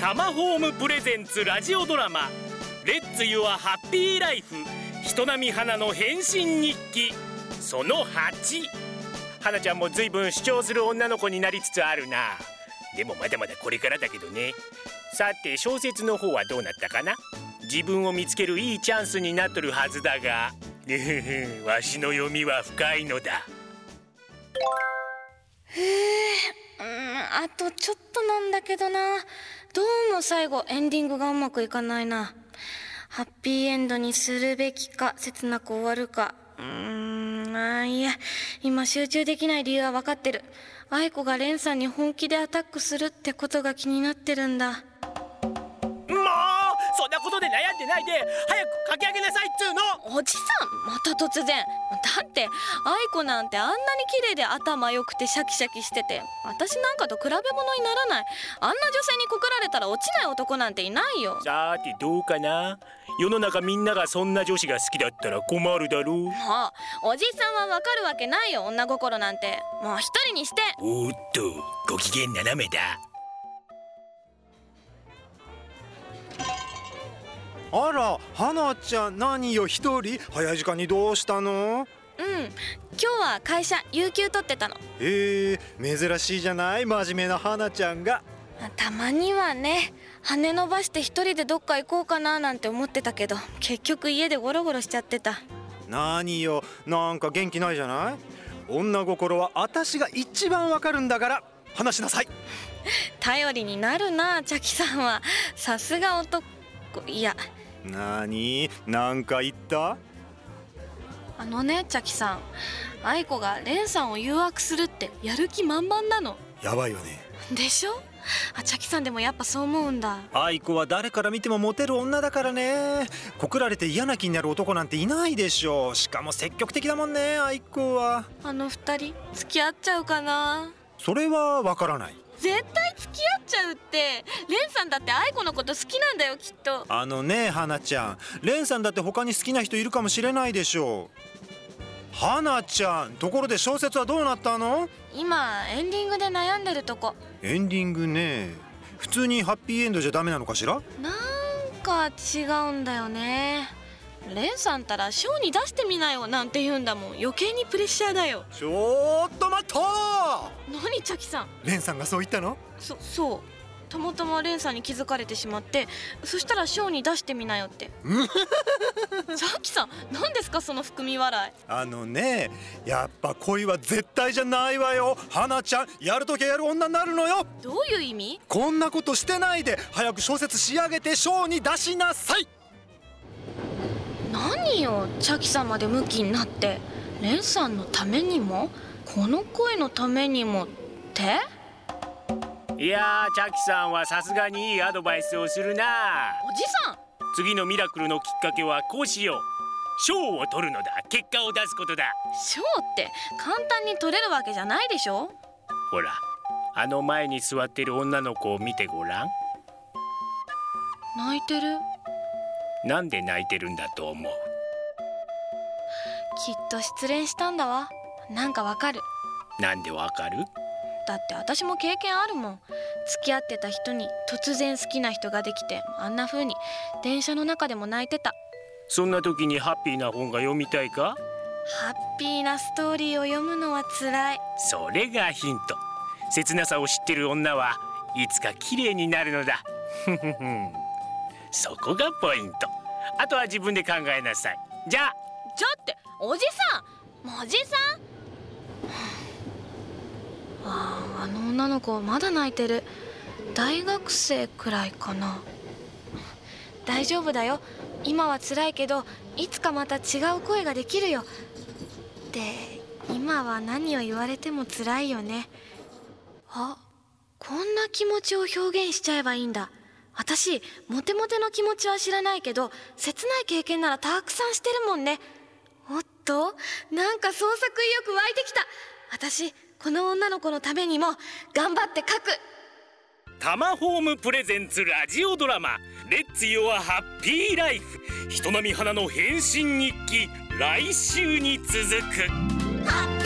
タマホームプレゼンツラジオドラマ「レッツ・ユア・ハッピー・ライフ」人並み花の変身日記その8花ちゃんも随分主張する女の子になりつつあるなでもまだまだこれからだけどねさて小説の方はどうなったかな自分を見つけるいいチャンスになっとるはずだが ねふふわしの読みは深いのだうーんあとちょっとなんだけどなどうも最後エンディングがうまくいかないなハッピーエンドにするべきか切なく終わるかうーんあーいや今集中できない理由は分かってる愛子がレンさんに本気でアタックするってことが気になってるんだもうそんなことで悩んでないで早く書き上げなさいっつうのおじさんまた突然だって愛子なんてあんなに綺麗で頭良くてシャキシャキしてて私なんかと比べ物にならないあんな女性に告られたら落ちない男なんていないよさてどうかな世の中みんながそんな女子が好きだったら困るだろうもうおじさんはわかるわけないよ女心なんてもう一人にしておーっとご機嫌斜めだあら花ちゃん何よ一人早い時間にどうしたのうん今日は会社有給取ってたのへえ珍しいじゃない真面目な花ちゃんがたまにはね羽伸ばして一人でどっか行こうかななんて思ってたけど結局家でゴロゴロしちゃってた何よなんか元気ないじゃない女心は私が一番わかるんだから話しなさい頼りになるなチャキさんはさすが男いや何なんか言ったあのねチャキさん愛子がレンさんを誘惑するってやる気満々なのやばいよねでしょあチャキさんでもやっぱそう思うんだ愛子は誰から見てもモテる女だからね告られて嫌な気になる男なんていないでしょうしかも積極的だもんね愛子はあの二人付き合っちゃうかなそれはわからない絶対付き合っちゃうってレンさんだって愛子のこと好きなんだよきっとあのね花ちゃんレンさんだって他に好きな人いるかもしれないでしょう花ちゃんところで小説はどうなったの今エンディングで悩んでるとこエンディングね普通にハッピーエンドじゃダメなのかしらなんか違うんだよねレンさんたらショーに出してみなよなんて言うんだもん余計にプレッシャーだよちょっと待った何チャキさんレンさんがそう言ったのそそうたまたまレンさんに気づかれてしまってそしたらショーに出してみなよってチャキさん何ですかその含み笑いあのねやっぱ恋は絶対じゃないわよ花ちゃんやるときはやる女になるのよどういう意味こんなことしてないで早く小説仕上げて賞に出しなさい何よチャキさんまでムキになってレンさんのためにもこの声のためにもっていやーチャキさんはさすがにいいアドバイスをするなおじさん次のミラクルのきっかけはこうしよう賞を取るのだ結果を出すことだ賞って簡単に取れるわけじゃないでしょほらあの前に座ってる女の子を見てごらん泣いてるなんで泣いてるんだと思うきっと失恋したんだわなんかわかるなんでわかるだって私も経験あるもん付き合ってた人に突然好きな人ができてあんな風に電車の中でも泣いてたそんな時にハッピーな本が読みたいかハッピーなストーリーを読むのは辛いそれがヒント切なさを知ってる女はいつか綺麗になるのだふふふんそこがポイントあとは自分で考えなさいじゃあちょっておじさんもうおじさんあああの女の子まだ泣いてる大学生くらいかな大丈夫だよ今は辛いけどいつかまた違う声ができるよで今は何を言われても辛いよねあこんな気持ちを表現しちゃえばいいんだ私モテモテの気持ちは知らないけど切ない経験ならたくさんしてるもんねおっとなんか創作意欲湧いてきた私この女の子のためにも頑張って書くタマホームプレゼンツラジオドラマ「レッツ・ヨア・ハッピー・ライフ」人並み花の変身日記来週に続くハッピー